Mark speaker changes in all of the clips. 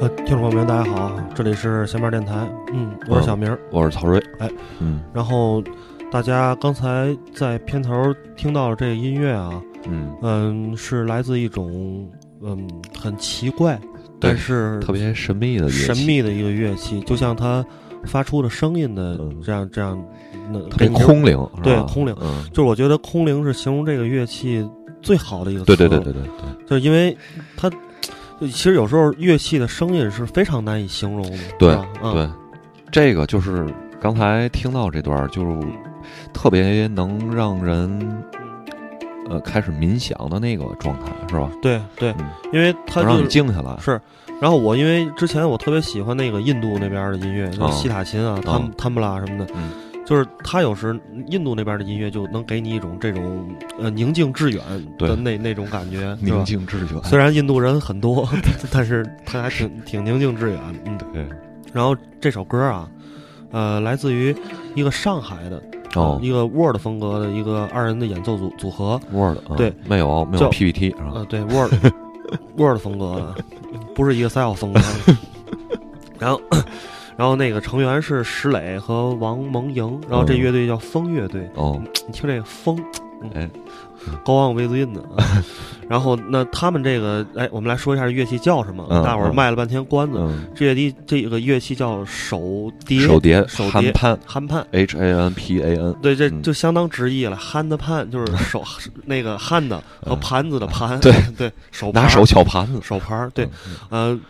Speaker 1: 呃听众朋友们，大家好，这里是闲班电台，嗯，我是小明儿。
Speaker 2: 我是曹睿。
Speaker 1: 哎，
Speaker 2: 嗯
Speaker 1: 然后大家刚才在片头听到了这个音乐啊，
Speaker 2: 嗯，
Speaker 1: 嗯，是来自一种嗯很奇怪，
Speaker 2: 对
Speaker 1: 但是
Speaker 2: 特别神秘的乐器
Speaker 1: 神，秘的一个乐器，就像它发出的声音的
Speaker 2: 嗯
Speaker 1: 这样这样，那
Speaker 2: 这
Speaker 1: 跟你
Speaker 2: 空灵是吧
Speaker 1: 对空灵
Speaker 2: 嗯，
Speaker 1: 就是我觉得空灵是形容这个乐器最好的一个词
Speaker 2: 对
Speaker 1: 了。
Speaker 2: 对对对对对
Speaker 1: 就是因为它，就其实有时候乐器的声音是非常难以形容的。
Speaker 2: 对
Speaker 1: 是吧嗯、
Speaker 2: 对，这个就是刚才听到这段儿，就是特别能让人呃开始冥想的那个状态是吧？
Speaker 1: 对对
Speaker 2: 嗯
Speaker 1: 因为它
Speaker 2: 能让
Speaker 1: 就
Speaker 2: 你啊静下来。
Speaker 1: 是。然后我因为之前我特别喜欢那个印度那边的音乐，就是
Speaker 2: 哦
Speaker 1: 西塔琴啊、汤
Speaker 2: 哦
Speaker 1: 汤布拉什么的，
Speaker 2: 嗯
Speaker 1: 就是它有时印度那边的音乐就能给你一种这种呃宁静致远的
Speaker 2: 对
Speaker 1: 那那种感觉，是吧
Speaker 2: 宁。静致远，
Speaker 1: 虽然印度人很多，但是他还挺挺宁静致远的，嗯。
Speaker 2: 对
Speaker 1: 然后这首歌啊，呃，来自于一个上海的
Speaker 2: 哦
Speaker 1: 一个 Word 风格的一个二人的演奏组组合，
Speaker 2: ，Word 啊
Speaker 1: 对
Speaker 2: 没有没
Speaker 1: 叫
Speaker 2: 有 PPT 是吧
Speaker 1: 呃，？对 Word Word 风格的，不是 Excel 风格的。然后， 然后那个成员是石磊和王蒙莹，然后这
Speaker 2: 嗯
Speaker 1: 乐队叫风乐队，
Speaker 2: 哦，
Speaker 1: 你听这个风，嗯
Speaker 2: 哎，
Speaker 1: 高昂 with in 的。 啊然后，那他们这个，哎，我们来说一下乐器叫什么？
Speaker 2: 嗯
Speaker 1: 大伙儿
Speaker 2: 嗯
Speaker 1: 卖了半天关子，
Speaker 2: 嗯，
Speaker 1: 这乐器这个乐器叫手碟，
Speaker 2: 手碟
Speaker 1: 手
Speaker 2: 韩
Speaker 1: 碟
Speaker 2: 潘
Speaker 1: 韩判。
Speaker 2: H A N P A N，
Speaker 1: 对，这
Speaker 2: 嗯
Speaker 1: 就相当直译了。憨的判就是手， 那个憨的和
Speaker 2: 嗯
Speaker 1: 盘子的盘，
Speaker 2: 对
Speaker 1: 对，手
Speaker 2: 拿
Speaker 1: 盘
Speaker 2: 手敲盘子，
Speaker 1: 手盘儿，对
Speaker 2: 嗯，，
Speaker 1: 呃，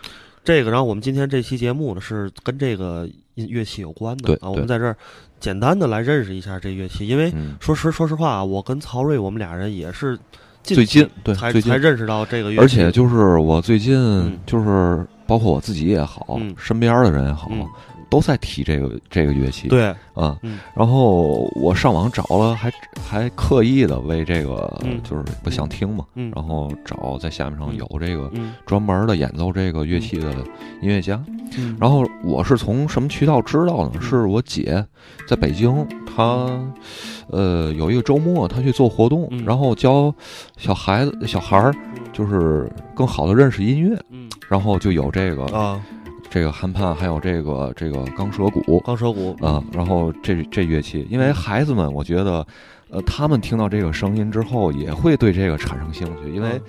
Speaker 1: 这个，然后我们今天这期节目呢是跟这个音乐器有关的
Speaker 2: 对
Speaker 1: 啊，我
Speaker 2: 对
Speaker 1: 们在这儿简单的来认识一下这乐器，因为
Speaker 2: 嗯，
Speaker 1: 说实说实话啊，我跟曹睿我们俩人也是近
Speaker 2: 最
Speaker 1: 期
Speaker 2: 近对
Speaker 1: 才
Speaker 2: 最近
Speaker 1: 才认识到这个乐器，
Speaker 2: 而且就是我最近
Speaker 1: 嗯
Speaker 2: 就是包括我自己也好，
Speaker 1: 嗯
Speaker 2: 身边的人也好，
Speaker 1: 嗯，
Speaker 2: 都在提这个这个乐器。
Speaker 1: 对，
Speaker 2: 啊，
Speaker 1: 嗯
Speaker 2: 然后我上网找了，还还刻意的为这个、
Speaker 1: 嗯
Speaker 2: 就是不想听嘛，
Speaker 1: 嗯
Speaker 2: 然后找在下面上
Speaker 1: 嗯
Speaker 2: 有这个
Speaker 1: 嗯
Speaker 2: 专门的演奏这个乐器的音乐家。
Speaker 1: 嗯，
Speaker 2: 然后我是从什么渠道知道呢？
Speaker 1: 嗯
Speaker 2: 是我姐在北京，她呃有一个周末她去做活动
Speaker 1: 嗯，
Speaker 2: 然后教小孩子小孩儿就是更好的认识音乐，
Speaker 1: 嗯
Speaker 2: 然后就有这个
Speaker 1: 啊，
Speaker 2: 这个韩判，还有这个这个钢蛇鼓
Speaker 1: 钢蛇鼓
Speaker 2: 啊，然后这这乐器，因
Speaker 1: 嗯
Speaker 2: 为孩子们我觉得，呃，他们听到这个声音之后也会对这个产生兴趣，因为
Speaker 1: 嗯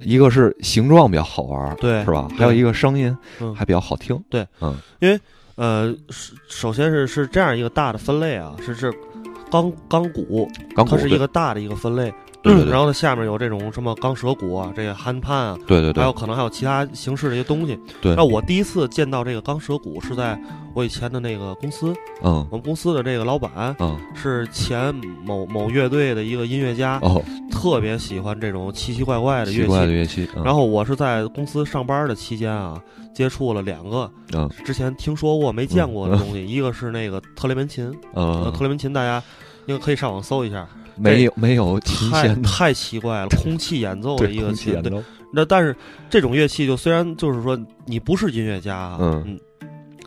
Speaker 2: 一个是形状比较好玩儿，
Speaker 1: 对
Speaker 2: 是吧？
Speaker 1: 对
Speaker 2: 还有一个声音
Speaker 1: 嗯
Speaker 2: 还比较好听，
Speaker 1: 呃，是首先是是这样一个大的分类啊，是是钢钢鼓，
Speaker 2: 钢
Speaker 1: 它
Speaker 2: 鼓
Speaker 1: 是一
Speaker 2: 对
Speaker 1: 个大的一个分类。
Speaker 2: 对对对
Speaker 1: 然后它下面有这种什么钢蛇鼓啊，这个憨判啊，
Speaker 2: 对对
Speaker 1: 还有
Speaker 2: 对
Speaker 1: 可能还有其他形式的一些东西。
Speaker 2: 对，
Speaker 1: 那我第一次见到这个钢蛇鼓是在我以前的那个公司，
Speaker 2: 嗯
Speaker 1: 我们公司的这个老板
Speaker 2: 嗯
Speaker 1: 是前某某乐队的一个音乐家，
Speaker 2: 哦，
Speaker 1: 特别喜欢这种奇奇怪怪的
Speaker 2: 奇
Speaker 1: 乐
Speaker 2: 怪的
Speaker 1: 器。
Speaker 2: 乐器，嗯
Speaker 1: 然后我是在公司上班的期间啊，接触了两个
Speaker 2: 嗯
Speaker 1: 之前听说过没见过的东西，一个是那个特雷门琴，呃，特
Speaker 2: 嗯
Speaker 1: 雷门琴大家应该可以上网搜一下，
Speaker 2: 没有没有琴
Speaker 1: 太
Speaker 2: 弦的
Speaker 1: 太奇怪了，空气演奏的
Speaker 2: 对
Speaker 1: 一个
Speaker 2: 空气
Speaker 1: 琴
Speaker 2: 演。
Speaker 1: 对，
Speaker 2: 奏，
Speaker 1: 那但是这种乐器就虽然就是说你不是音乐家啊，
Speaker 2: 嗯
Speaker 1: 嗯，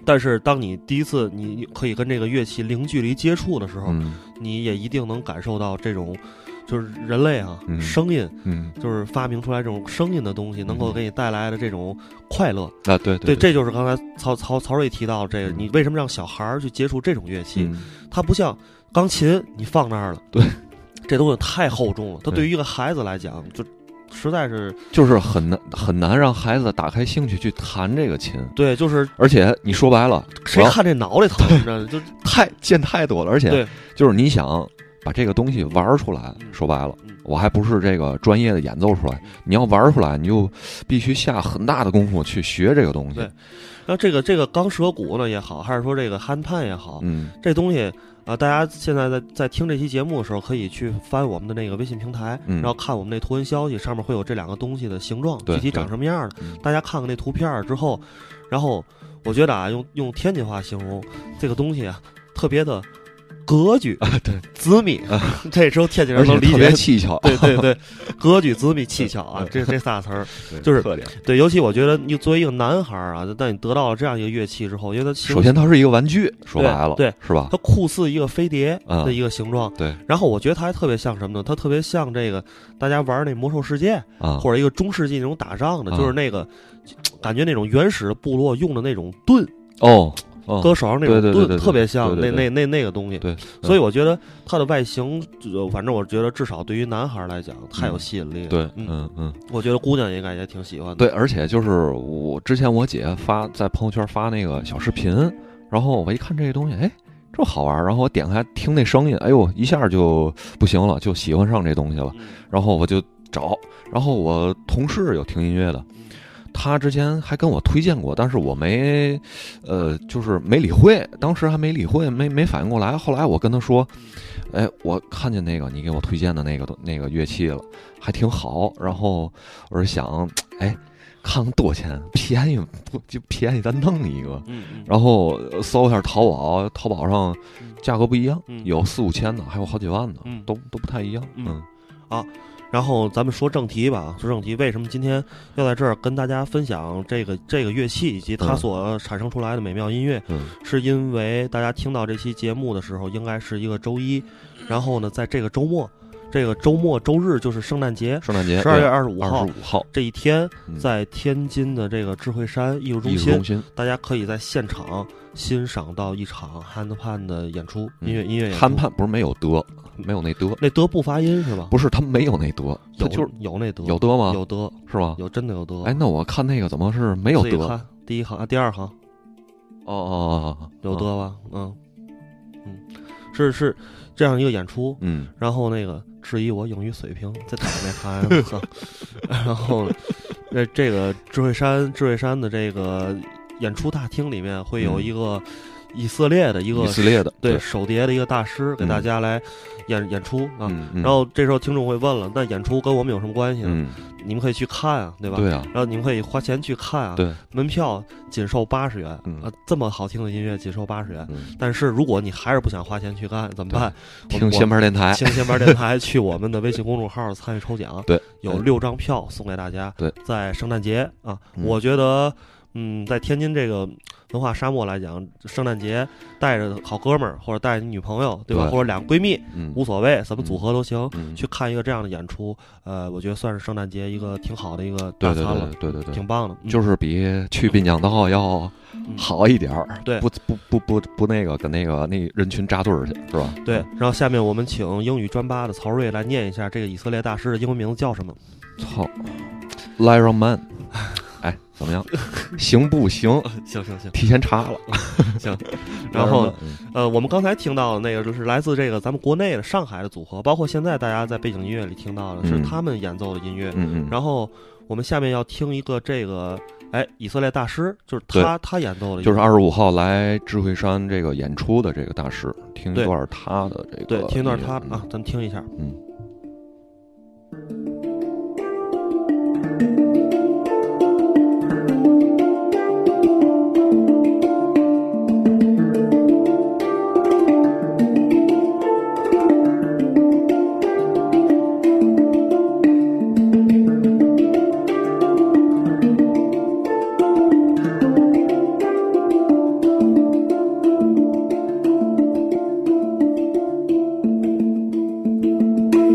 Speaker 1: 但是当你第一次你你可以跟这个乐器零距离接触的时候，
Speaker 2: 嗯
Speaker 1: 你也一定能感受到这种就是人类啊、
Speaker 2: 嗯
Speaker 1: 声音，
Speaker 2: 嗯
Speaker 1: 就是发明出来这种声音的东西，能够
Speaker 2: 嗯
Speaker 1: 给你带来的这种快乐。
Speaker 2: 啊
Speaker 1: 对，
Speaker 2: 对对
Speaker 1: 这就是刚才曹曹曹睿提到这个，
Speaker 2: 嗯
Speaker 1: 你为什么让小孩儿去接触这种乐器？
Speaker 2: 嗯
Speaker 1: 它不像钢琴，你放那儿了，
Speaker 2: 对，
Speaker 1: 这东西太厚重了。它
Speaker 2: 对
Speaker 1: 对于一个孩子来讲，就实在是
Speaker 2: 就是很难很难让孩子打开兴趣去弹这个琴，
Speaker 1: 对，就是
Speaker 2: 而且你说白了，
Speaker 1: 谁
Speaker 2: 我要
Speaker 1: 看这脑袋疼着， 就
Speaker 2: 太见太多了，而且
Speaker 1: 对
Speaker 2: 就是你想把这个东西玩儿出来，
Speaker 1: 嗯
Speaker 2: 说白了
Speaker 1: 嗯，
Speaker 2: 我还不是这个专业的演奏出来
Speaker 1: 嗯，
Speaker 2: 你要玩儿出来，你就必须下很大的功夫去学这个东西
Speaker 1: 对。然后这个这个钢蛇鼓呢也好，还是说这个憨判也好，
Speaker 2: 嗯，
Speaker 1: 这东西啊、大家现在在在听这期节目的时候，可以去翻我们的那个微信平台，
Speaker 2: 嗯
Speaker 1: 然后看我们那图文消息，上面会有这两个东西的形状，
Speaker 2: 对
Speaker 1: 具体长什么样的
Speaker 2: 嗯，
Speaker 1: 大家看看那图片儿之后，然后我觉得啊，用用天津话形容这个东西啊，特别的格局
Speaker 2: 啊，对，
Speaker 1: 紫米，这时候天津
Speaker 2: 而
Speaker 1: 人
Speaker 2: 且
Speaker 1: 能理
Speaker 2: 特别
Speaker 1: 解。
Speaker 2: 蹊跷，
Speaker 1: 对对 对，格局、紫米、技巧啊，
Speaker 2: 对
Speaker 1: 这这仨词儿，
Speaker 2: 对
Speaker 1: 就是
Speaker 2: 特点。
Speaker 1: 对，尤其我觉得你作为一个男孩儿啊，当你得到了这样一个乐器之后，因为它形
Speaker 2: 首先，它是一个玩具，说白了，
Speaker 1: 对，
Speaker 2: 是吧
Speaker 1: 它？酷似一个飞碟
Speaker 2: 啊
Speaker 1: 的一个形状，
Speaker 2: 对。
Speaker 1: 然后我觉得它还特别像什么呢？它特别像这个大家玩那魔兽世界
Speaker 2: 啊，
Speaker 1: 或者一个中世纪那种打仗的，
Speaker 2: 啊
Speaker 1: 就是那个感觉那种原始部落用的那种盾，
Speaker 2: 哦，哦
Speaker 1: 搁手上那
Speaker 2: 对
Speaker 1: 种
Speaker 2: 对对对
Speaker 1: 盾，
Speaker 2: 对
Speaker 1: 特别像
Speaker 2: 对对
Speaker 1: 那
Speaker 2: 对
Speaker 1: 那那那个东西。
Speaker 2: 对，
Speaker 1: 所以我觉得它的外形，呃反正我觉得至少对于男孩儿来讲太有吸引力了。
Speaker 2: 对，
Speaker 1: 嗯，
Speaker 2: 嗯嗯，
Speaker 1: 我觉得姑娘应该也挺喜欢的。
Speaker 2: 对，而且就是我之前我姐发在朋友圈发那个小视频，然后我一看这个东西，哎，这么好玩儿，然后我点开听那声音，哎呦，一下就不行了，就喜欢上这东西了，
Speaker 1: 嗯，
Speaker 2: 然后我就找，然后我同事有听音乐的。他之前还跟我推荐过，但是我没，呃，就是没理会，当时还没理会，没没反应过来。后来我跟他说，哎，我看见那个你给我推荐的那个东那个乐器了，还挺好。然后我是想，哎，看看多少钱，便宜不就便宜咱弄一个。
Speaker 1: 嗯嗯，
Speaker 2: 然后呃搜一下淘宝，淘宝上价格不一样，
Speaker 1: 嗯
Speaker 2: 有四五千的，还有好几万的，
Speaker 1: 嗯
Speaker 2: 都都不太一样。
Speaker 1: 嗯
Speaker 2: 嗯
Speaker 1: 然后咱们说正题吧，说正题，为什么今天要在这儿跟大家分享这个这个乐器以及它
Speaker 2: 嗯
Speaker 1: 所产生出来的美妙音乐？
Speaker 2: 嗯
Speaker 1: 是因为大家听到这期节目的时候，应该是一个周一，然后呢，在这个周末，这个周末周日就是圣诞节，
Speaker 2: 圣诞节
Speaker 1: 十二月二十五
Speaker 2: 二
Speaker 1: 号
Speaker 2: 十五号，
Speaker 1: 这一天，
Speaker 2: 嗯
Speaker 1: 在天津的这个智慧山艺术中
Speaker 2: 艺术
Speaker 1: 心
Speaker 2: 中，心，
Speaker 1: 大家可以在现场欣赏到一场 handpan 的演出，音乐音乐演出
Speaker 2: 憨。判不是没有德，没有那德，
Speaker 1: 那德不发音是吧？
Speaker 2: 不是他没有那德，他
Speaker 1: 有
Speaker 2: 就是
Speaker 1: 有那德啊
Speaker 2: 有德吗？
Speaker 1: 有德
Speaker 2: 是吧？
Speaker 1: 有真的有德。
Speaker 2: 哎，那我看那个怎么是没有
Speaker 1: 自己
Speaker 2: 德？哦
Speaker 1: 看第一行啊，第二行
Speaker 2: 哦哦哦，
Speaker 1: 有
Speaker 2: 哦
Speaker 1: 德，吧？嗯嗯，是是这样一个演出，
Speaker 2: 嗯
Speaker 1: 然后那个质疑我英语水平，在打那孩子， 然后那这个智慧山智慧山的这个演出大厅里面会有一个以色列的一个
Speaker 2: 嗯以色列的，
Speaker 1: 对，手碟的一个大师给
Speaker 2: 嗯
Speaker 1: 大家来演、演出啊。
Speaker 2: 嗯，嗯
Speaker 1: 然后这时候听众会问了，那演出跟我们有什么关系呢？
Speaker 2: 嗯，
Speaker 1: 你们可以去看啊，对吧？
Speaker 2: 对啊，
Speaker 1: 然后你们可以花钱去看啊，
Speaker 2: 对，
Speaker 1: 门票仅售八十元，
Speaker 2: 嗯
Speaker 1: 啊，这么好听的音乐仅售八十元。
Speaker 2: 嗯，
Speaker 1: 但是如果你还是不想花钱去看，怎么办？我
Speaker 2: 听
Speaker 1: 我
Speaker 2: 先盘电台，
Speaker 1: 听闲班电台，去我们的微信公众号参与抽奖，
Speaker 2: 对，
Speaker 1: 有六张票送给大家。
Speaker 2: 对，
Speaker 1: 在圣诞节啊，
Speaker 2: 嗯
Speaker 1: 我觉得，嗯，在天津这个文化沙漠来讲，圣诞节带着好哥们儿或者带着你女朋友，对吧？
Speaker 2: 对
Speaker 1: 或者俩闺蜜
Speaker 2: 嗯
Speaker 1: 无所谓，什么组合都行。
Speaker 2: 嗯，
Speaker 1: 去看一个这样的演出，呃，我觉得算是圣诞节一个挺好的一个
Speaker 2: 对
Speaker 1: 大餐
Speaker 2: 对
Speaker 1: 了，
Speaker 2: 对对对对，
Speaker 1: 挺棒的。嗯
Speaker 2: 就是比去滨江道要
Speaker 1: 嗯
Speaker 2: 好一点儿，
Speaker 1: 对
Speaker 2: 不不不不不那个跟那个那人群扎堆儿去，是吧？
Speaker 1: 对，然后下面我们请英语专八的曹睿来念一下这个以色列大师的英文名字叫什么？
Speaker 2: 操，Lyra Man，哎，怎么样？行不行？
Speaker 1: 行行行，
Speaker 2: 提前查了，
Speaker 1: 行。 然后
Speaker 2: 嗯
Speaker 1: 呃，我们刚才听到的那个就是来自这个咱们国内的上海的组合，包括现在大家在背景音乐里听到的是
Speaker 2: 嗯
Speaker 1: 他们演奏的音乐。
Speaker 2: 嗯嗯，
Speaker 1: 然后我们下面要听一个这个，哎，以色列大师，就是他他演奏的一个，
Speaker 2: 就是二十五号来智慧山这个演出的这个大师，听一
Speaker 1: 对
Speaker 2: 段他的这个音乐，
Speaker 1: 对，听一段他
Speaker 2: 嗯
Speaker 1: 啊，，咱们听一下。
Speaker 2: 嗯
Speaker 3: 「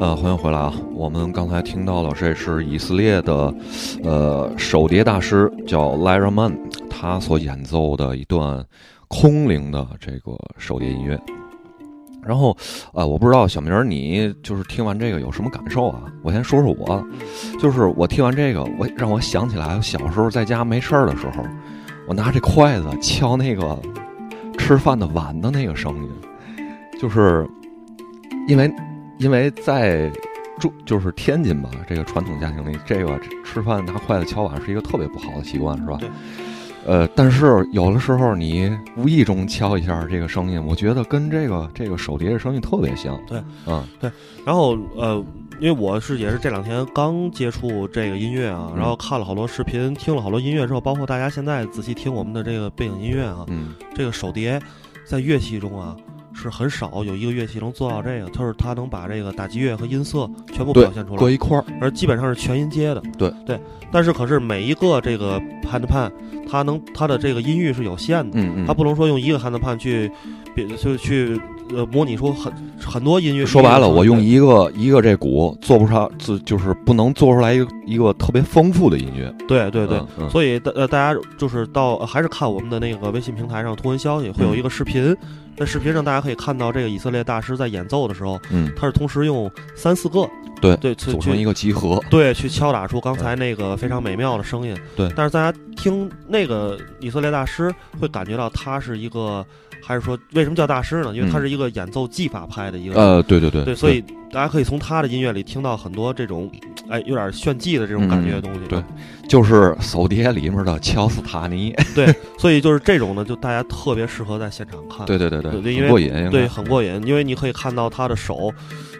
Speaker 2: 呃啊听到了，这是以色列的，呃，手碟大师叫 Lyra Mann，他所演奏的一段空灵的这个手碟音乐。然后，啊、我不知道小明儿你就是听完这个有什么感受啊？我先说说我，就是我听完这个，我让我想起来小时候在家没事儿的时候，我拿这筷子敲那个吃饭的碗的那个声音，就是因为因为在住就是天津吧，这个传统家庭里，这个吃饭拿筷子敲碗是一个特别不好的习惯，是吧
Speaker 1: 对？
Speaker 2: 呃，但是有的时候你无意中敲一下这个声音，我觉得跟这个这个手碟的声音特别像。
Speaker 1: 对，
Speaker 2: 嗯，
Speaker 1: 然后呃，因为我是也是这两天刚接触这个音乐啊，
Speaker 2: 嗯
Speaker 1: 然后看了好多视频，听了好多音乐之后，包括大家现在仔细听我们的这个背景音乐啊，
Speaker 2: 嗯，
Speaker 1: 这个手碟在乐器中啊是很少有一个乐器能做到这个，就是它能把这个打击乐和音色全部
Speaker 2: 对
Speaker 1: 表现出来
Speaker 2: 搁，一块儿，
Speaker 1: 而基本上是全音阶的。
Speaker 2: 对
Speaker 1: 对，但是可是每一个这个 hand pan，它能它的这个音域是有限的，
Speaker 2: 嗯嗯，
Speaker 1: 它不能说用一个 hand pan 去，别就去呃模拟出很很多音乐。
Speaker 2: 说白了，我用
Speaker 1: 对
Speaker 2: 一个一个这鼓做不上，就就是不能做出来一个一个特别丰富的音乐。
Speaker 1: 对对对。
Speaker 2: 嗯，嗯
Speaker 1: 所以大呃，大家就是到、呃还是看我们的那个微信平台上图文消息，会有一个视频，在视频上大家可以看到这个以色列大师在演奏的时候，
Speaker 2: 嗯，
Speaker 1: 他是同时用三四个
Speaker 2: 对
Speaker 1: 对去
Speaker 2: 组成一
Speaker 1: 去
Speaker 2: 个集合。
Speaker 1: 对去敲打出刚才那个非常美妙的声音。
Speaker 2: 对
Speaker 1: 但是大家听那个以色列大师会感觉到他是一个，还是说为什么叫大师呢？因为他
Speaker 2: 嗯
Speaker 1: 是一个演奏技法派的一个。
Speaker 2: 呃，对对对
Speaker 1: 对，所以大家可以从他的音乐里听到很多这种，哎，有点炫技的这种感觉的东西。
Speaker 2: 嗯
Speaker 1: 啊
Speaker 2: 对就是手碟里面的乔斯塔尼。
Speaker 1: 所以就是这种呢，就大家特别适合在现场看。
Speaker 2: 对对对
Speaker 1: 啊对因为
Speaker 2: 很过瘾，应该
Speaker 1: 对，很过瘾，因为你可以看到他的手，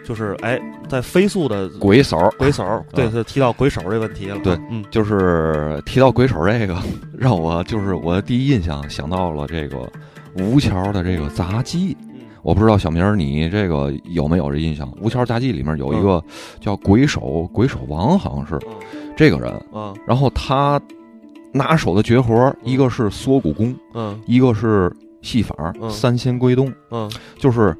Speaker 1: 就是哎，在飞速的
Speaker 2: 鬼手。
Speaker 1: 鬼手，对，
Speaker 2: 嗯
Speaker 1: 他提到鬼手这问题了。
Speaker 2: 对，
Speaker 1: 嗯，
Speaker 2: 就是提到鬼手这个，让我就是我的第一印象想到了这个吴桥的这个杂技。
Speaker 1: 嗯
Speaker 2: 我不知道小明儿你这个有没有这印象？吴桥杂技里面有一个叫鬼手鬼手王，好像是
Speaker 1: 嗯
Speaker 2: 这个人。
Speaker 1: 嗯
Speaker 2: 然后他拿手的绝活儿，一个是缩骨功，
Speaker 1: 嗯
Speaker 2: 一个是戏法儿，
Speaker 1: 嗯
Speaker 2: 三仙归洞，
Speaker 1: 嗯，
Speaker 2: 就是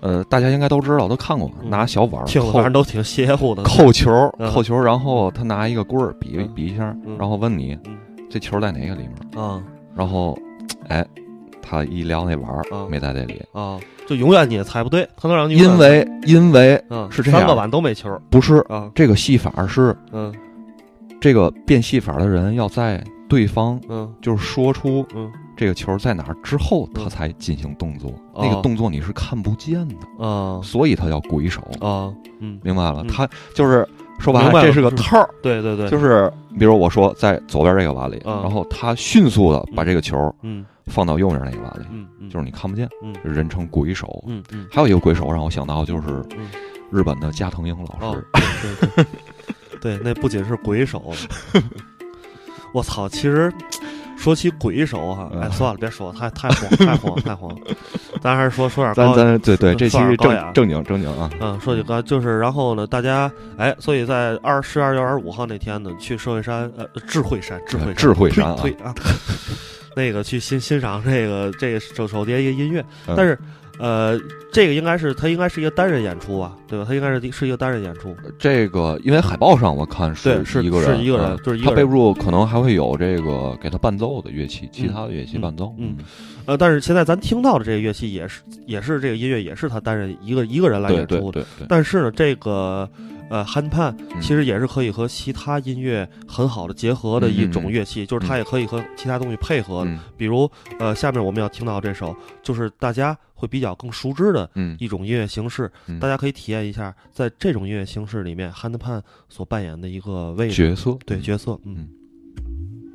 Speaker 2: 呃，大家应该都知道，都看过，
Speaker 1: 嗯
Speaker 2: 拿小碗儿
Speaker 1: 听了反正
Speaker 2: 扣
Speaker 1: 都挺邪乎的。
Speaker 2: 扣球儿，
Speaker 1: 嗯
Speaker 2: 扣球儿，然后他拿一个棍儿比
Speaker 1: 嗯
Speaker 2: 比一下
Speaker 1: 嗯，
Speaker 2: 然后问你
Speaker 1: 嗯
Speaker 2: 这球儿在哪个里面，
Speaker 1: 啊
Speaker 2: 然后哎，他一撩那碗儿
Speaker 1: 嗯
Speaker 2: 没在这里，
Speaker 1: 啊，就永远你也猜不对，他能让你永远
Speaker 2: 因为因为
Speaker 1: 嗯
Speaker 2: 是这
Speaker 1: 三个
Speaker 2: 样
Speaker 1: 碗都没球
Speaker 2: 不是
Speaker 1: 啊，
Speaker 2: 这个戏法儿是
Speaker 1: 嗯
Speaker 2: 这个变戏法儿的人要在对方
Speaker 1: 嗯
Speaker 2: 就是说出
Speaker 1: 嗯
Speaker 2: 这个球在哪儿之后，
Speaker 1: 嗯
Speaker 2: 他才进行动作。
Speaker 1: 哦
Speaker 2: 那个动作你是看不见的，
Speaker 1: 啊
Speaker 2: 所以他叫鬼手。
Speaker 1: 啊嗯，
Speaker 2: 明白了，
Speaker 1: 嗯
Speaker 2: 他就是说白
Speaker 1: 明白
Speaker 2: 了，
Speaker 1: 了
Speaker 2: 这是个套儿，
Speaker 1: 对对对，
Speaker 2: 就是是比如我说在左边这个碗里，
Speaker 1: 嗯
Speaker 2: 然后他迅速的把这个球
Speaker 1: 嗯
Speaker 2: 放到右面那个碗里，
Speaker 1: 嗯嗯，
Speaker 2: 就是你看不见，
Speaker 1: 嗯
Speaker 2: 人称鬼手。
Speaker 1: 嗯嗯
Speaker 2: 还有一个鬼手让我想到就是
Speaker 1: 嗯
Speaker 2: 日本的加藤鹰老
Speaker 1: 哦
Speaker 2: 师，，
Speaker 1: 对对对， 对，那不仅是鬼 手，啊我操！其实说起鬼手哈、哎，
Speaker 2: 嗯
Speaker 1: 算了，别说了，太太慌，太慌，太慌。咱还是说说点
Speaker 2: 咱
Speaker 1: 高的。
Speaker 2: 咱对对，这期
Speaker 1: 范儿高雅
Speaker 2: 正正经正经啊，
Speaker 1: 嗯，说起高，就是然后呢，大家哎，所以在二十二月二十五号那天呢，去社会山呃智慧山智慧山
Speaker 2: 智慧山啊
Speaker 1: 推推啊， 那个去欣欣赏这个这个手手碟一个音乐，
Speaker 2: 嗯
Speaker 1: 但是呃，这个应该是它应该是一个单人演出啊，对吧？它应该是是一个单人演出，
Speaker 2: 这个因为海报上我看
Speaker 1: 对，
Speaker 2: 呃是
Speaker 1: 是
Speaker 2: 一个
Speaker 1: 是
Speaker 2: 人，
Speaker 1: 一个人
Speaker 2: 嗯，
Speaker 1: 就是一
Speaker 2: 他
Speaker 1: 个
Speaker 2: 备
Speaker 1: 人。
Speaker 2: 注可能还会有这个给他伴奏的乐器，其他的乐器伴奏。
Speaker 1: 嗯呃，但是现在咱听到的这个乐器也是也是这个音乐也是他担任一个一个人来
Speaker 2: 对
Speaker 1: 演
Speaker 2: 对
Speaker 1: 出的。
Speaker 2: 对对，
Speaker 1: 但是呢，这个呃憨判
Speaker 2: 嗯
Speaker 1: 其实也是可以和其他音乐很好的结合的一种乐器，就是它也可以和其他东西配合的。
Speaker 2: 嗯
Speaker 1: 比如呃，下面我们要听到这首，就是大家会比较更熟知的。
Speaker 2: 嗯
Speaker 1: 一种音乐形式，
Speaker 2: 嗯
Speaker 1: 大家可以体验一下，在这种音乐形式里面，憨判所扮演的一个位置，
Speaker 2: 角色
Speaker 1: 对角色，嗯
Speaker 2: 嗯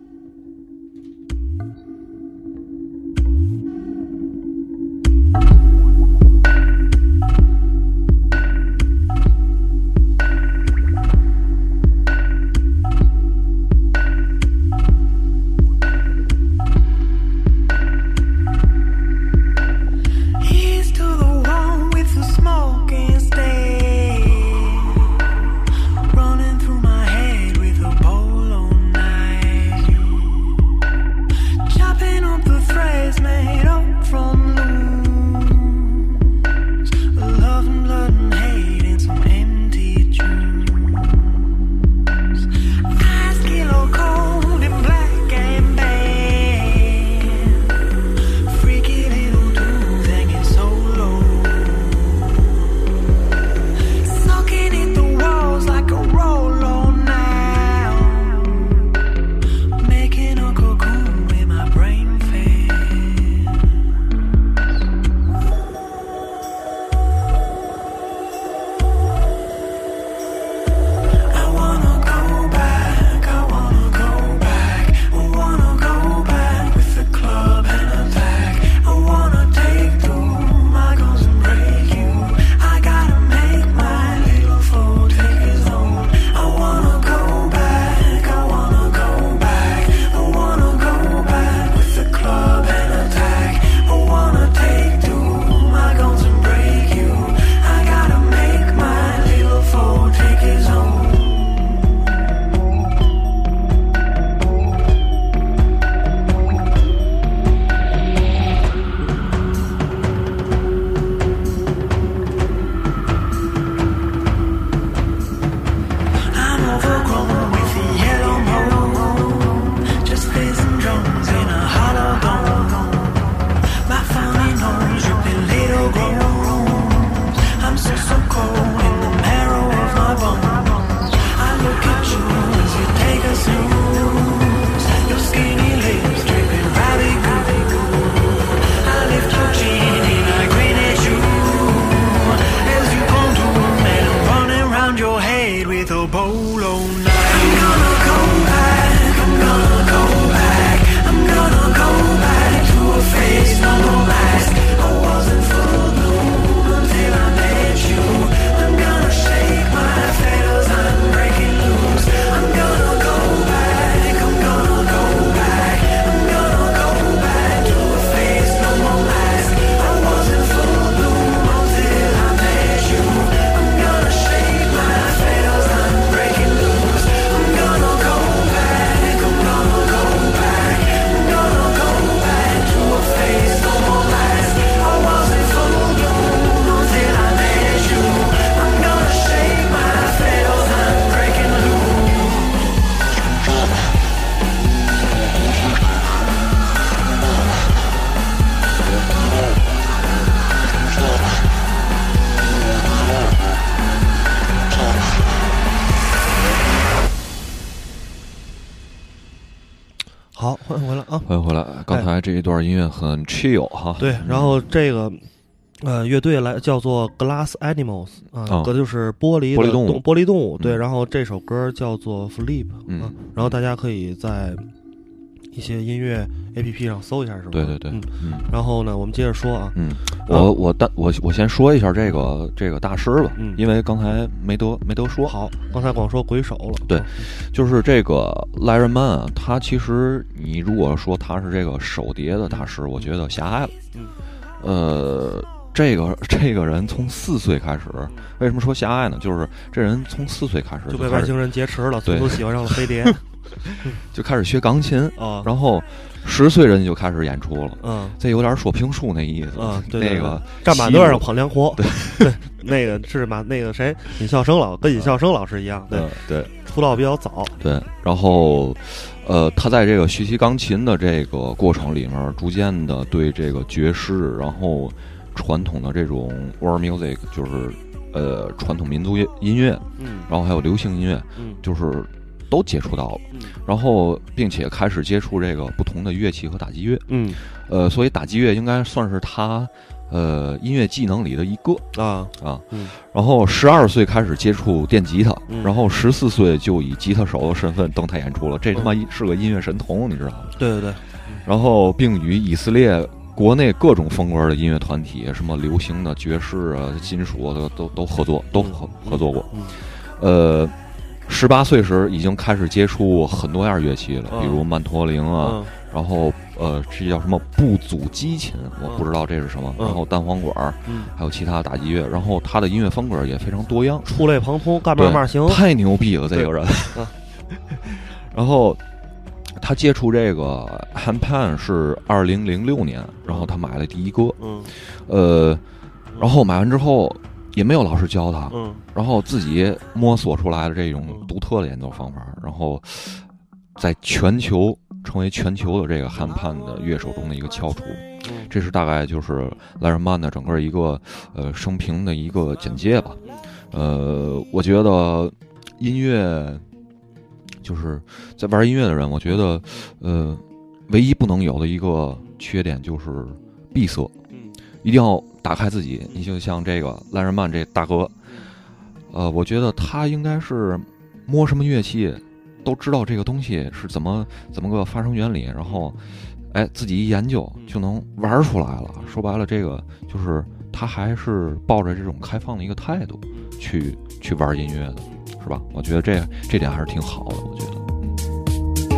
Speaker 3: He's to the one with the smoking stick, running through my head with a polo knife.
Speaker 1: 好，换回来啊。
Speaker 2: 欢迎回来，刚才这一段音乐很 chill 哈。
Speaker 1: 对，然后这个呃乐队来叫做 Glass Animals 啊、
Speaker 2: 哦
Speaker 1: 歌就是玻璃的
Speaker 2: 玻璃动物
Speaker 1: 玻璃动物。对，
Speaker 2: 嗯
Speaker 1: 然后这首歌叫做 Flip
Speaker 2: 嗯
Speaker 1: 啊，然后大家可以在一些音乐 APP 上搜一下这首歌。
Speaker 2: 对对对
Speaker 1: 嗯。
Speaker 2: 嗯
Speaker 1: 然后呢，我们接着说啊，
Speaker 2: 嗯，我我但我我先说一下这个这个大师吧，
Speaker 1: 嗯
Speaker 2: 因为刚才没得没得说，
Speaker 1: 好，刚才光说鬼手了。
Speaker 2: 对
Speaker 1: 啊
Speaker 2: 就是这个赖瑞曼啊，他其实你如果说他是这个手碟的大师，我觉得狭隘了。
Speaker 1: 嗯
Speaker 2: 呃，这个这个人从四岁开始，为什么说狭隘呢？就是这人从四岁开始
Speaker 1: 就
Speaker 2: 就
Speaker 1: 被
Speaker 2: 开
Speaker 1: 外
Speaker 2: 始
Speaker 1: 星人劫持了，从
Speaker 2: 对
Speaker 1: 此喜欢上了飞 碟
Speaker 2: 就开始学钢琴，
Speaker 1: 啊。
Speaker 2: 然后十岁人家就开始演出了。
Speaker 1: 嗯，
Speaker 2: 这有点说评书那意思，
Speaker 1: 啊对对对
Speaker 2: 那个
Speaker 1: 站马凳上跑凉活，对那个是马那个谁尹笑声老跟尹笑声老师一样，对，
Speaker 2: 呃对
Speaker 1: 出道比较早，
Speaker 2: 对，然后，呃，他在这个学习钢琴的这个过程里面，逐渐的对这个爵士，然后传统的这种 world music，就是呃传统民族乐音乐，
Speaker 1: 嗯
Speaker 2: 然后还有流行音乐，
Speaker 1: 嗯
Speaker 2: 就是都接触到了，
Speaker 1: 嗯
Speaker 2: 然后并且开始接触这个不同的乐器和打击乐，
Speaker 1: 嗯
Speaker 2: 呃，所以打击乐应该算是他呃音乐技能里的一个。
Speaker 1: 啊
Speaker 2: 啊，
Speaker 1: 嗯
Speaker 2: 然后十二岁开始接触电吉他，
Speaker 1: 嗯
Speaker 2: 然后十四岁就以吉他手的身份登台演出了，这他妈
Speaker 1: 嗯
Speaker 2: 是个音乐神童，你知道吗？
Speaker 1: 对对对，
Speaker 2: 然后并与以色列国内各种风格的音乐团体，什么流行的、爵士啊、金属啊，都都都合作，都合
Speaker 1: 嗯
Speaker 2: 合作过。
Speaker 1: 嗯
Speaker 2: 呃，十八岁时已经开始接触很多样乐器了，
Speaker 1: 嗯
Speaker 2: 比如曼陀林啊，
Speaker 1: 嗯
Speaker 2: 然后呃，这叫什么布祖基琴，我
Speaker 1: 嗯
Speaker 2: 不知道这是什么，
Speaker 1: 嗯
Speaker 2: 然后单簧管儿，
Speaker 1: 嗯，
Speaker 2: 还有其他打击乐，然后他的音乐风格也非常多样，
Speaker 1: 触类旁通，干嘛嘛行，
Speaker 2: 太牛逼了这个人
Speaker 1: 对啊。
Speaker 2: 然后他接触这个韩判是二零零六年，然后他买了第一个，
Speaker 1: 嗯
Speaker 2: 呃，然后买完之后也没有老师教他，
Speaker 1: 嗯
Speaker 2: 然后自己摸索出来的这种独特的演奏方法，然后在全球成为全球的这个韩判的乐手中的一个翘楚。
Speaker 1: 嗯
Speaker 2: 这是大概就是莱尔曼的整个一个呃生平的一个简介吧。呃，我觉得音乐就是在玩音乐的人，我觉得呃唯一不能有的一个缺点就是闭塞，
Speaker 1: 嗯
Speaker 2: 一定要打开自己。你就像这个莱尔曼这大哥，呃，我觉得他应该是摸什么乐器都知道这个东西是怎么怎么个发生原理，然后哎自己一研究就能玩出来了。说白了，这个就是他还是抱着这种开放的一个态度去去玩音乐的，是吧？我觉得这这点还是挺好的，我觉得。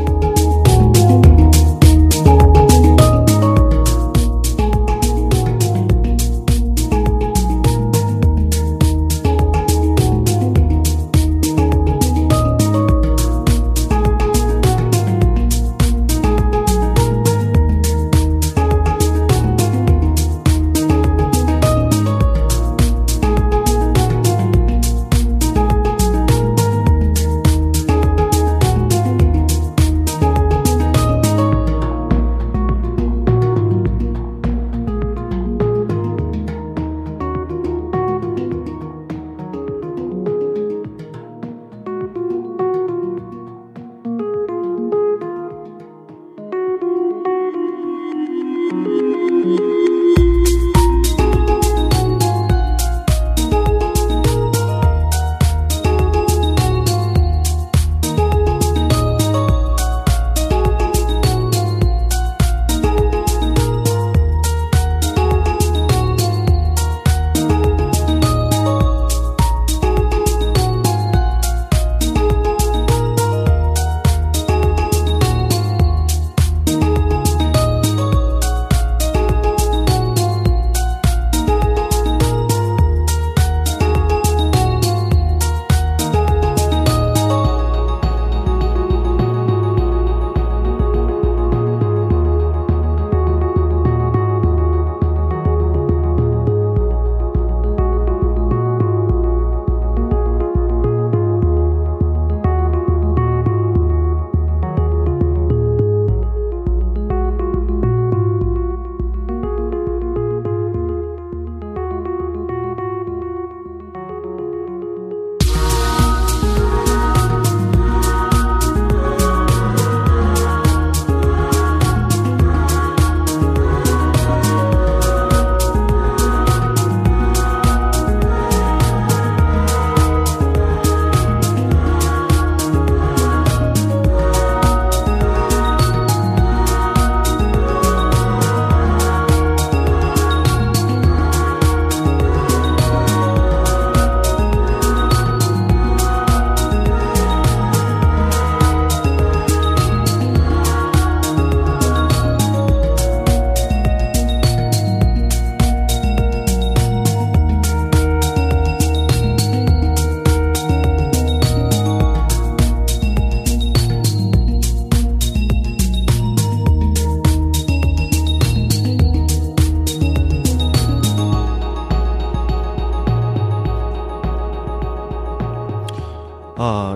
Speaker 1: 啊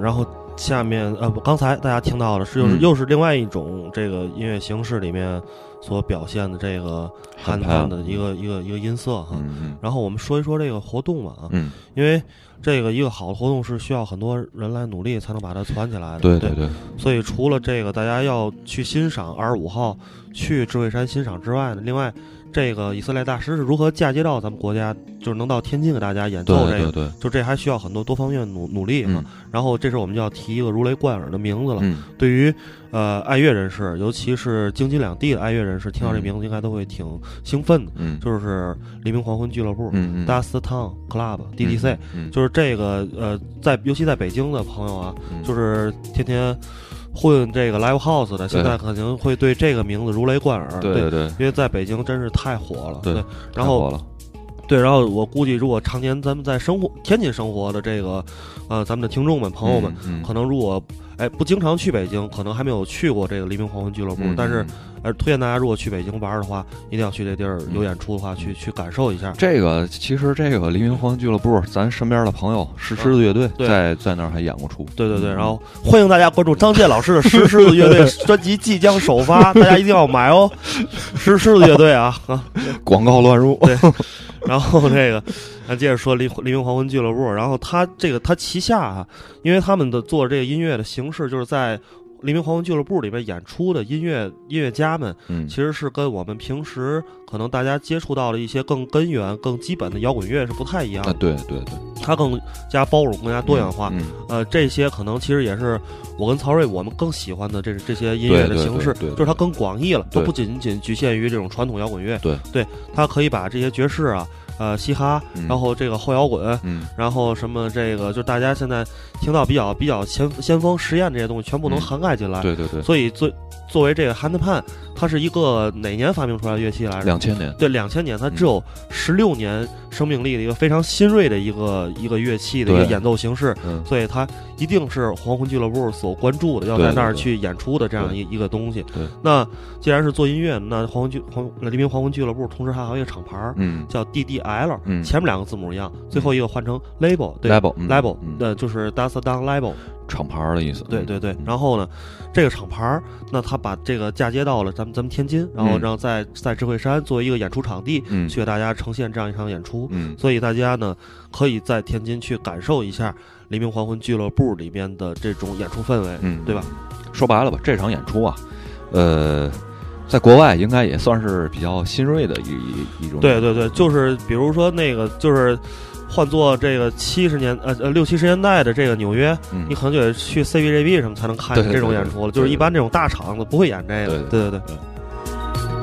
Speaker 1: 下面呃，不，刚才大家听到的是又是、
Speaker 2: 嗯
Speaker 1: 又是另外一种这个音乐形式里面所表现的这个
Speaker 2: 汉
Speaker 1: 汉
Speaker 2: 派
Speaker 1: 汉的一个一个一个音色哈。
Speaker 2: 嗯
Speaker 1: 然后我们说一说这个活动吧啊，
Speaker 2: 嗯
Speaker 1: 因为这个一个好的活动是需要很多人来努力才能把它攒起来的。
Speaker 2: 嗯，对
Speaker 1: 对
Speaker 2: 对对，
Speaker 1: 所以除了这个大家要去欣赏二十五号去智慧山欣赏之外呢，另外这个以色列大师是如何嫁接到咱们国家，就是能到天津给大家演奏这个，
Speaker 2: 对对对，
Speaker 1: 就这还需要很多多方面努努力啊。
Speaker 2: 嗯
Speaker 1: 然后这时候我们就要提一个如雷贯耳的名字了。
Speaker 2: 嗯，
Speaker 1: 对于呃爱乐人士，尤其是京津两地的爱乐人士，听到这名字应该都会挺兴奋的，
Speaker 2: 嗯
Speaker 1: 就是黎明黄昏俱乐部、
Speaker 2: 嗯嗯
Speaker 1: Dust Town Club、DDC，、
Speaker 2: 嗯
Speaker 1: 就是这个呃，在尤其在北京的朋友啊，
Speaker 2: 嗯
Speaker 1: 就是天天混这个 live house 的，现在肯定会对这个名字如雷贯耳。
Speaker 2: 对对对，
Speaker 1: 因为在北京真是太火了。
Speaker 2: 对
Speaker 1: 然
Speaker 2: 太
Speaker 1: 后
Speaker 2: 火了
Speaker 1: 对，然后我估计，如果常年咱们在生活天津生活的这个呃，咱们的听众们、朋友们，，
Speaker 2: 嗯嗯
Speaker 1: 可能如果哎不经常去北京，可能还没有去过这个黎明黄昏俱乐部，
Speaker 2: 嗯
Speaker 1: 但是
Speaker 2: 嗯
Speaker 1: 呃，推荐大家如果去北京玩的话，一定要去这地儿
Speaker 2: 嗯
Speaker 1: 有演出的话，去去感受一下。
Speaker 2: 这个其实这个黎明黄俱乐部，咱身边的朋友石狮子乐队
Speaker 1: 对
Speaker 2: 在在那儿还演过出，
Speaker 1: 对对对，
Speaker 2: 嗯
Speaker 1: 然后欢迎大家关注张健老师的《石狮子乐队》专辑即将首发， 大家一定要买哦，《石狮子乐队啊》 啊。
Speaker 2: 广告乱入，
Speaker 1: 然后这个，咱接着说黎黎明黄昏俱乐部，然后他这个他旗下啊，因为他们的做这个音乐的形式，就是在黎明黄昏俱乐部里面演出的音乐音乐家们，
Speaker 2: 嗯
Speaker 1: 其实是跟我们平时可能大家接触到的一些更根源、更基本的摇滚乐是不太一样
Speaker 2: 啊
Speaker 1: 的，
Speaker 2: 对对对，
Speaker 1: 它更加包容、更加多元化。
Speaker 2: 嗯，
Speaker 1: 呃，这些可能其实也是我跟曹睿我们更喜欢的这这些音乐的
Speaker 2: 对对
Speaker 1: 形式，
Speaker 2: 对对对
Speaker 1: 就是它更广义了，它
Speaker 2: 对
Speaker 1: 不仅仅局限于这种传统摇滚乐，
Speaker 2: 对，
Speaker 1: 它可以把这些爵士啊、呃嘻哈，
Speaker 2: 嗯
Speaker 1: 然后这个后摇滚，
Speaker 2: 嗯
Speaker 1: 然后什么这个，就大家现在听到比较比较先先锋实验这些东西，全部能
Speaker 2: 嗯
Speaker 1: 涵盖进来。
Speaker 2: 对对对，
Speaker 1: 所以作作为这个 handpan，它是一个哪年发明出来的乐器来着？
Speaker 2: 两千嗯年，
Speaker 1: 对，两千年，它只有十六年生命力的一个非常新锐的一个一个乐器的一个
Speaker 2: 对
Speaker 1: 演奏形式。
Speaker 2: 嗯
Speaker 1: 所以它一定是黄昏俱乐部所关注的，要在那儿去演出的这样一一个东西。
Speaker 2: 对
Speaker 1: 那既然是做音乐，那黄昏俱黄黎明黄昏俱乐部，同时还有一个厂牌儿
Speaker 2: 嗯
Speaker 1: 叫 DDL，、
Speaker 2: 嗯
Speaker 1: 前面两个字母一样，最后一个换成 label，对
Speaker 2: Label，嗯
Speaker 1: label，
Speaker 2: 嗯
Speaker 1: 呃，就是 Dust Down Label，
Speaker 2: 厂牌儿的意思，
Speaker 1: 对对对
Speaker 2: 嗯。
Speaker 1: 然后呢，这个厂牌儿，那他把这个嫁接到了咱们咱们天津，然后
Speaker 2: 嗯
Speaker 1: 让在在智慧山作为一个演出场地，
Speaker 2: 嗯
Speaker 1: 去给大家呈现这样一场演出。
Speaker 2: 嗯
Speaker 1: 所以大家呢，可以在天津去感受一下黎明黄昏俱乐部里面的这种演出氛围，
Speaker 2: 嗯，
Speaker 1: 对吧？
Speaker 2: 说白了吧，这场演出啊，呃，在国外应该也算是比较新锐的一一一种，
Speaker 1: 对对对，就是比如说那个，就是换做这个七十年呃呃六七十年代的这个纽约，
Speaker 2: 嗯，
Speaker 1: 你可能就得去 CBJB 什么才能看
Speaker 2: 对对
Speaker 1: 这种
Speaker 2: 对对
Speaker 1: 演出了，
Speaker 2: 对
Speaker 1: 就是一
Speaker 2: 对
Speaker 1: 般这种大场子不会演这个。
Speaker 2: 对
Speaker 1: 对对对。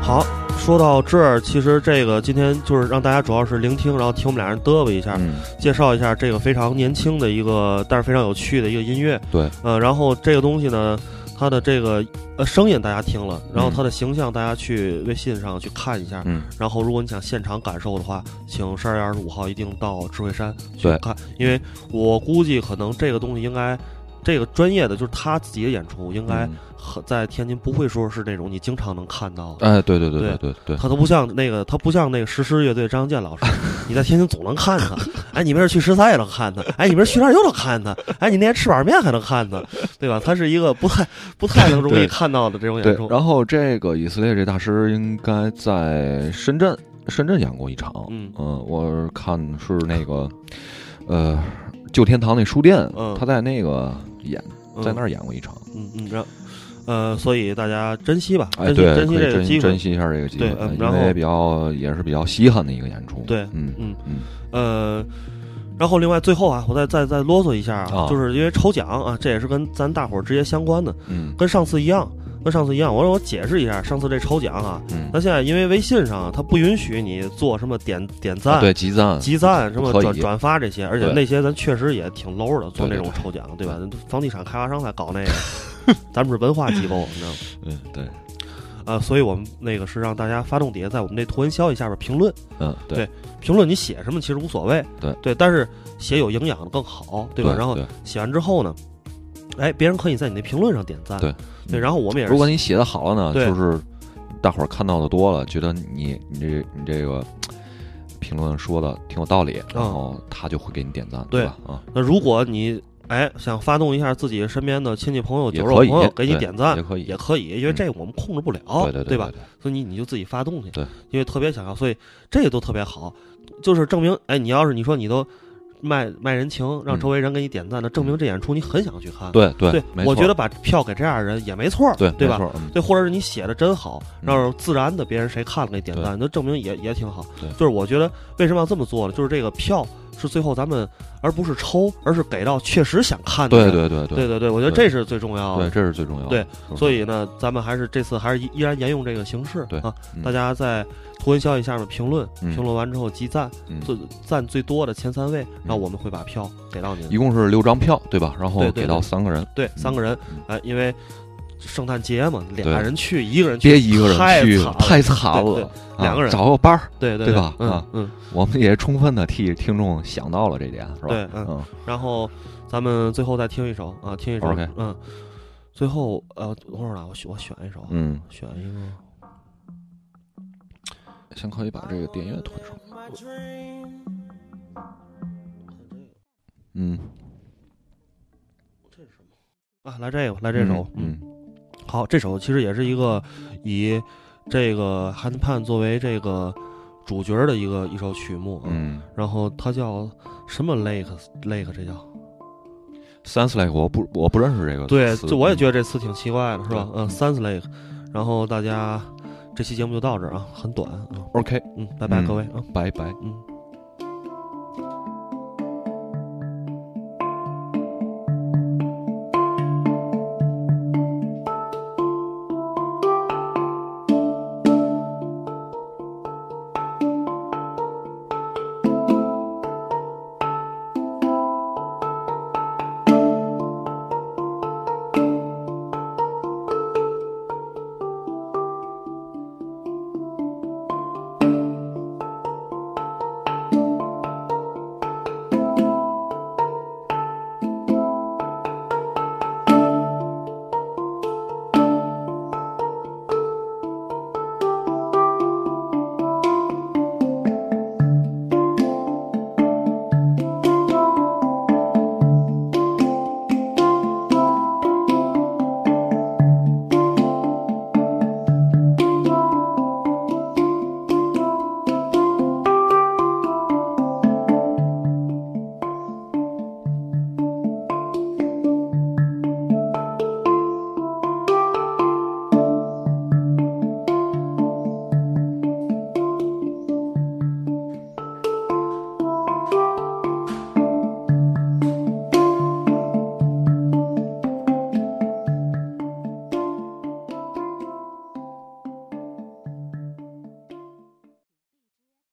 Speaker 1: 好，说到这儿，其实这个今天就是让大家主要是聆听，然后听我们俩人嘚啵一下，
Speaker 2: 嗯，
Speaker 1: 介绍一下这个非常年轻的一个，但是非常有趣的一个音乐。
Speaker 2: 对，
Speaker 1: 呃，然后这个东西呢，它的这个呃声音大家听了，然后
Speaker 2: 嗯
Speaker 1: 它的形象大家去微信上去看一下。
Speaker 2: 嗯
Speaker 1: 然后，如果你想现场感受的话，请十二月二十五号一定到智慧山去
Speaker 2: 对
Speaker 1: 看，因为我估计可能这个东西应该，这个专业的就是他自己的演出，应该
Speaker 2: 嗯
Speaker 1: 很在天津不会说是那种你经常能看到的。
Speaker 2: 哎，对对对对对对，
Speaker 1: 他都不像那个，他不像那个石狮乐队张健老 师，你在天津总能看他。哎，你没事去十三也能看他，哎，你没事去那儿又能看他，哎，你那天吃碗面还能看他，对吧？他是一个不太不太能容易
Speaker 2: 对
Speaker 1: 看到的这种
Speaker 2: 对
Speaker 1: 演，出。
Speaker 2: 然后这个以色列这大师应该在深圳，深圳演过一场。呃
Speaker 1: 嗯
Speaker 2: 我看是那个，呃，旧天堂那书店，
Speaker 1: 嗯
Speaker 2: 他在那个演，
Speaker 1: 嗯
Speaker 2: 在那儿演过一场。
Speaker 1: 嗯嗯，然后呃，所以大家珍惜吧，
Speaker 2: 哎，
Speaker 1: 珍惜
Speaker 2: 对，
Speaker 1: 珍惜
Speaker 2: 可以
Speaker 1: 这个
Speaker 2: 珍惜
Speaker 1: 机
Speaker 2: 珍
Speaker 1: 会。
Speaker 2: 惜一下这个机会呃
Speaker 1: 对，嗯
Speaker 2: 因
Speaker 1: 然后
Speaker 2: 为比较也是比较稀罕的一个演出。
Speaker 1: 对
Speaker 2: 嗯
Speaker 1: 嗯
Speaker 2: 嗯
Speaker 1: 呃，然后另外最后啊，我再再再啰嗦一下啊，
Speaker 2: 啊
Speaker 1: 就是因为抽奖啊，这也是跟咱大伙儿直接相关的，
Speaker 2: 嗯
Speaker 1: 跟上次一样，跟上次一样。我让我解释一下上次这抽奖啊，
Speaker 2: 嗯
Speaker 1: 那现在因为微信上啊它不允许你做什么点点赞、
Speaker 2: 啊对，集赞，
Speaker 1: 集赞、什么
Speaker 2: 不可
Speaker 1: 转
Speaker 2: 以
Speaker 1: 转发这些，而且
Speaker 2: 对
Speaker 1: 那些咱确实也挺 low 的，做
Speaker 2: 对
Speaker 1: 那
Speaker 2: 对
Speaker 1: 种抽奖，对吧？房地产开发商才搞那个， 咱们是文化机构，你知道 吗？
Speaker 2: 嗯，对，
Speaker 1: 啊，所以我们那个是让大家发动底下在我们这图文消息下边评论，
Speaker 2: 嗯
Speaker 1: 对评论你写什么其实无所谓，
Speaker 2: 对
Speaker 1: 对，但是写有营养的更好，对吧？然后
Speaker 2: 对
Speaker 1: 写完之后呢，哎，别人可以在你那评论上点赞，
Speaker 2: 对
Speaker 1: 对，然后我们也是
Speaker 2: 如果你写的好了呢，
Speaker 1: 对
Speaker 2: 就是大伙儿看到的多了，觉得你你这你这个评论说的挺有道理，然后他就会给你点赞，
Speaker 1: 嗯对
Speaker 2: 对吧？啊，
Speaker 1: 那如果你哎想发动一下自己身边的亲戚朋友、
Speaker 2: 也
Speaker 1: 酒肉
Speaker 2: 可以
Speaker 1: 朋友给你
Speaker 2: 对
Speaker 1: 点赞
Speaker 2: 也可以
Speaker 1: 也可以，因为这个我们控制不了，
Speaker 2: 对对对
Speaker 1: 吧？？所以你你就自己发动去，
Speaker 2: 对，
Speaker 1: 因为特别想要，所以这个都特别好，就是证明哎，你要是你说你都卖卖人情，让
Speaker 2: 嗯
Speaker 1: 周围人给你点赞，那证明这演出你很想去看。
Speaker 2: 对对
Speaker 1: 对
Speaker 2: 对，没错
Speaker 1: 我觉得把票给这样的人也没错儿，
Speaker 2: 对
Speaker 1: 对吧
Speaker 2: 没？错嗯
Speaker 1: 对，或者是你写的真好，
Speaker 2: 嗯
Speaker 1: 让自然的别人谁看了给点赞，那证明也也挺好。
Speaker 2: 对
Speaker 1: 就是我觉得为什么要这么做呢？就是这个票是最后咱们而不是抽，而是给到确实想看的
Speaker 2: 对
Speaker 1: 人。
Speaker 2: 对对
Speaker 1: 对
Speaker 2: 对
Speaker 1: 对对，我觉得
Speaker 2: 对
Speaker 1: 这是最重要
Speaker 2: 对，
Speaker 1: 的。
Speaker 2: 这是最重要的。嗯
Speaker 1: 对
Speaker 2: 对
Speaker 1: 所以呢，咱们还是这次还是依依然沿用这个形式
Speaker 2: 对
Speaker 1: 啊，
Speaker 2: 嗯
Speaker 1: 大家在图文消息下面评论，
Speaker 2: 嗯
Speaker 1: 评论完之后集赞，最赞最多的前三位，然后我们会把票给到您
Speaker 2: 一。共是六张票，对吧？然后
Speaker 1: 对对
Speaker 2: 给到三个人，
Speaker 1: 对，三个人
Speaker 2: 嗯，
Speaker 1: 哎，因为圣诞节嘛，俩
Speaker 2: 对
Speaker 1: 人去，一个人去，
Speaker 2: 别一个人去
Speaker 1: 太惨，了
Speaker 2: 太惨
Speaker 1: 对对
Speaker 2: 了。啊
Speaker 1: 两个人
Speaker 2: 找个班儿，
Speaker 1: 对对
Speaker 2: 对吧
Speaker 1: 嗯
Speaker 2: 啊
Speaker 1: 嗯，
Speaker 2: 我们也充分的替听众想到了这点，是吧？
Speaker 1: 对嗯
Speaker 2: 嗯，
Speaker 1: 然后咱们最后再听一首啊，听一首
Speaker 2: OK
Speaker 1: 嗯，最后呃，等会儿啊，我选我选一首，，
Speaker 2: 嗯，
Speaker 1: 选一个，
Speaker 2: 先可以把这个电乐推上。嗯，
Speaker 1: 啊，来这个，来这首，
Speaker 2: 嗯，
Speaker 1: 好，这首其实也是一个以这个韩盼作为这个主角的一个一首曲目，，啊
Speaker 2: 嗯
Speaker 1: 然后它叫什么 Lake Lake 这叫，
Speaker 2: ，Sounds like 我不我不认识这个词，嗯
Speaker 1: 对，这我也觉得这词挺奇怪的，是吧？
Speaker 2: 对
Speaker 1: 嗯，Sans Lake，然后大家这期节目就到这儿啊，很短啊，
Speaker 2: OK，
Speaker 1: 嗯，拜拜
Speaker 2: 嗯
Speaker 1: 各位啊，
Speaker 2: 拜拜。
Speaker 1: 嗯。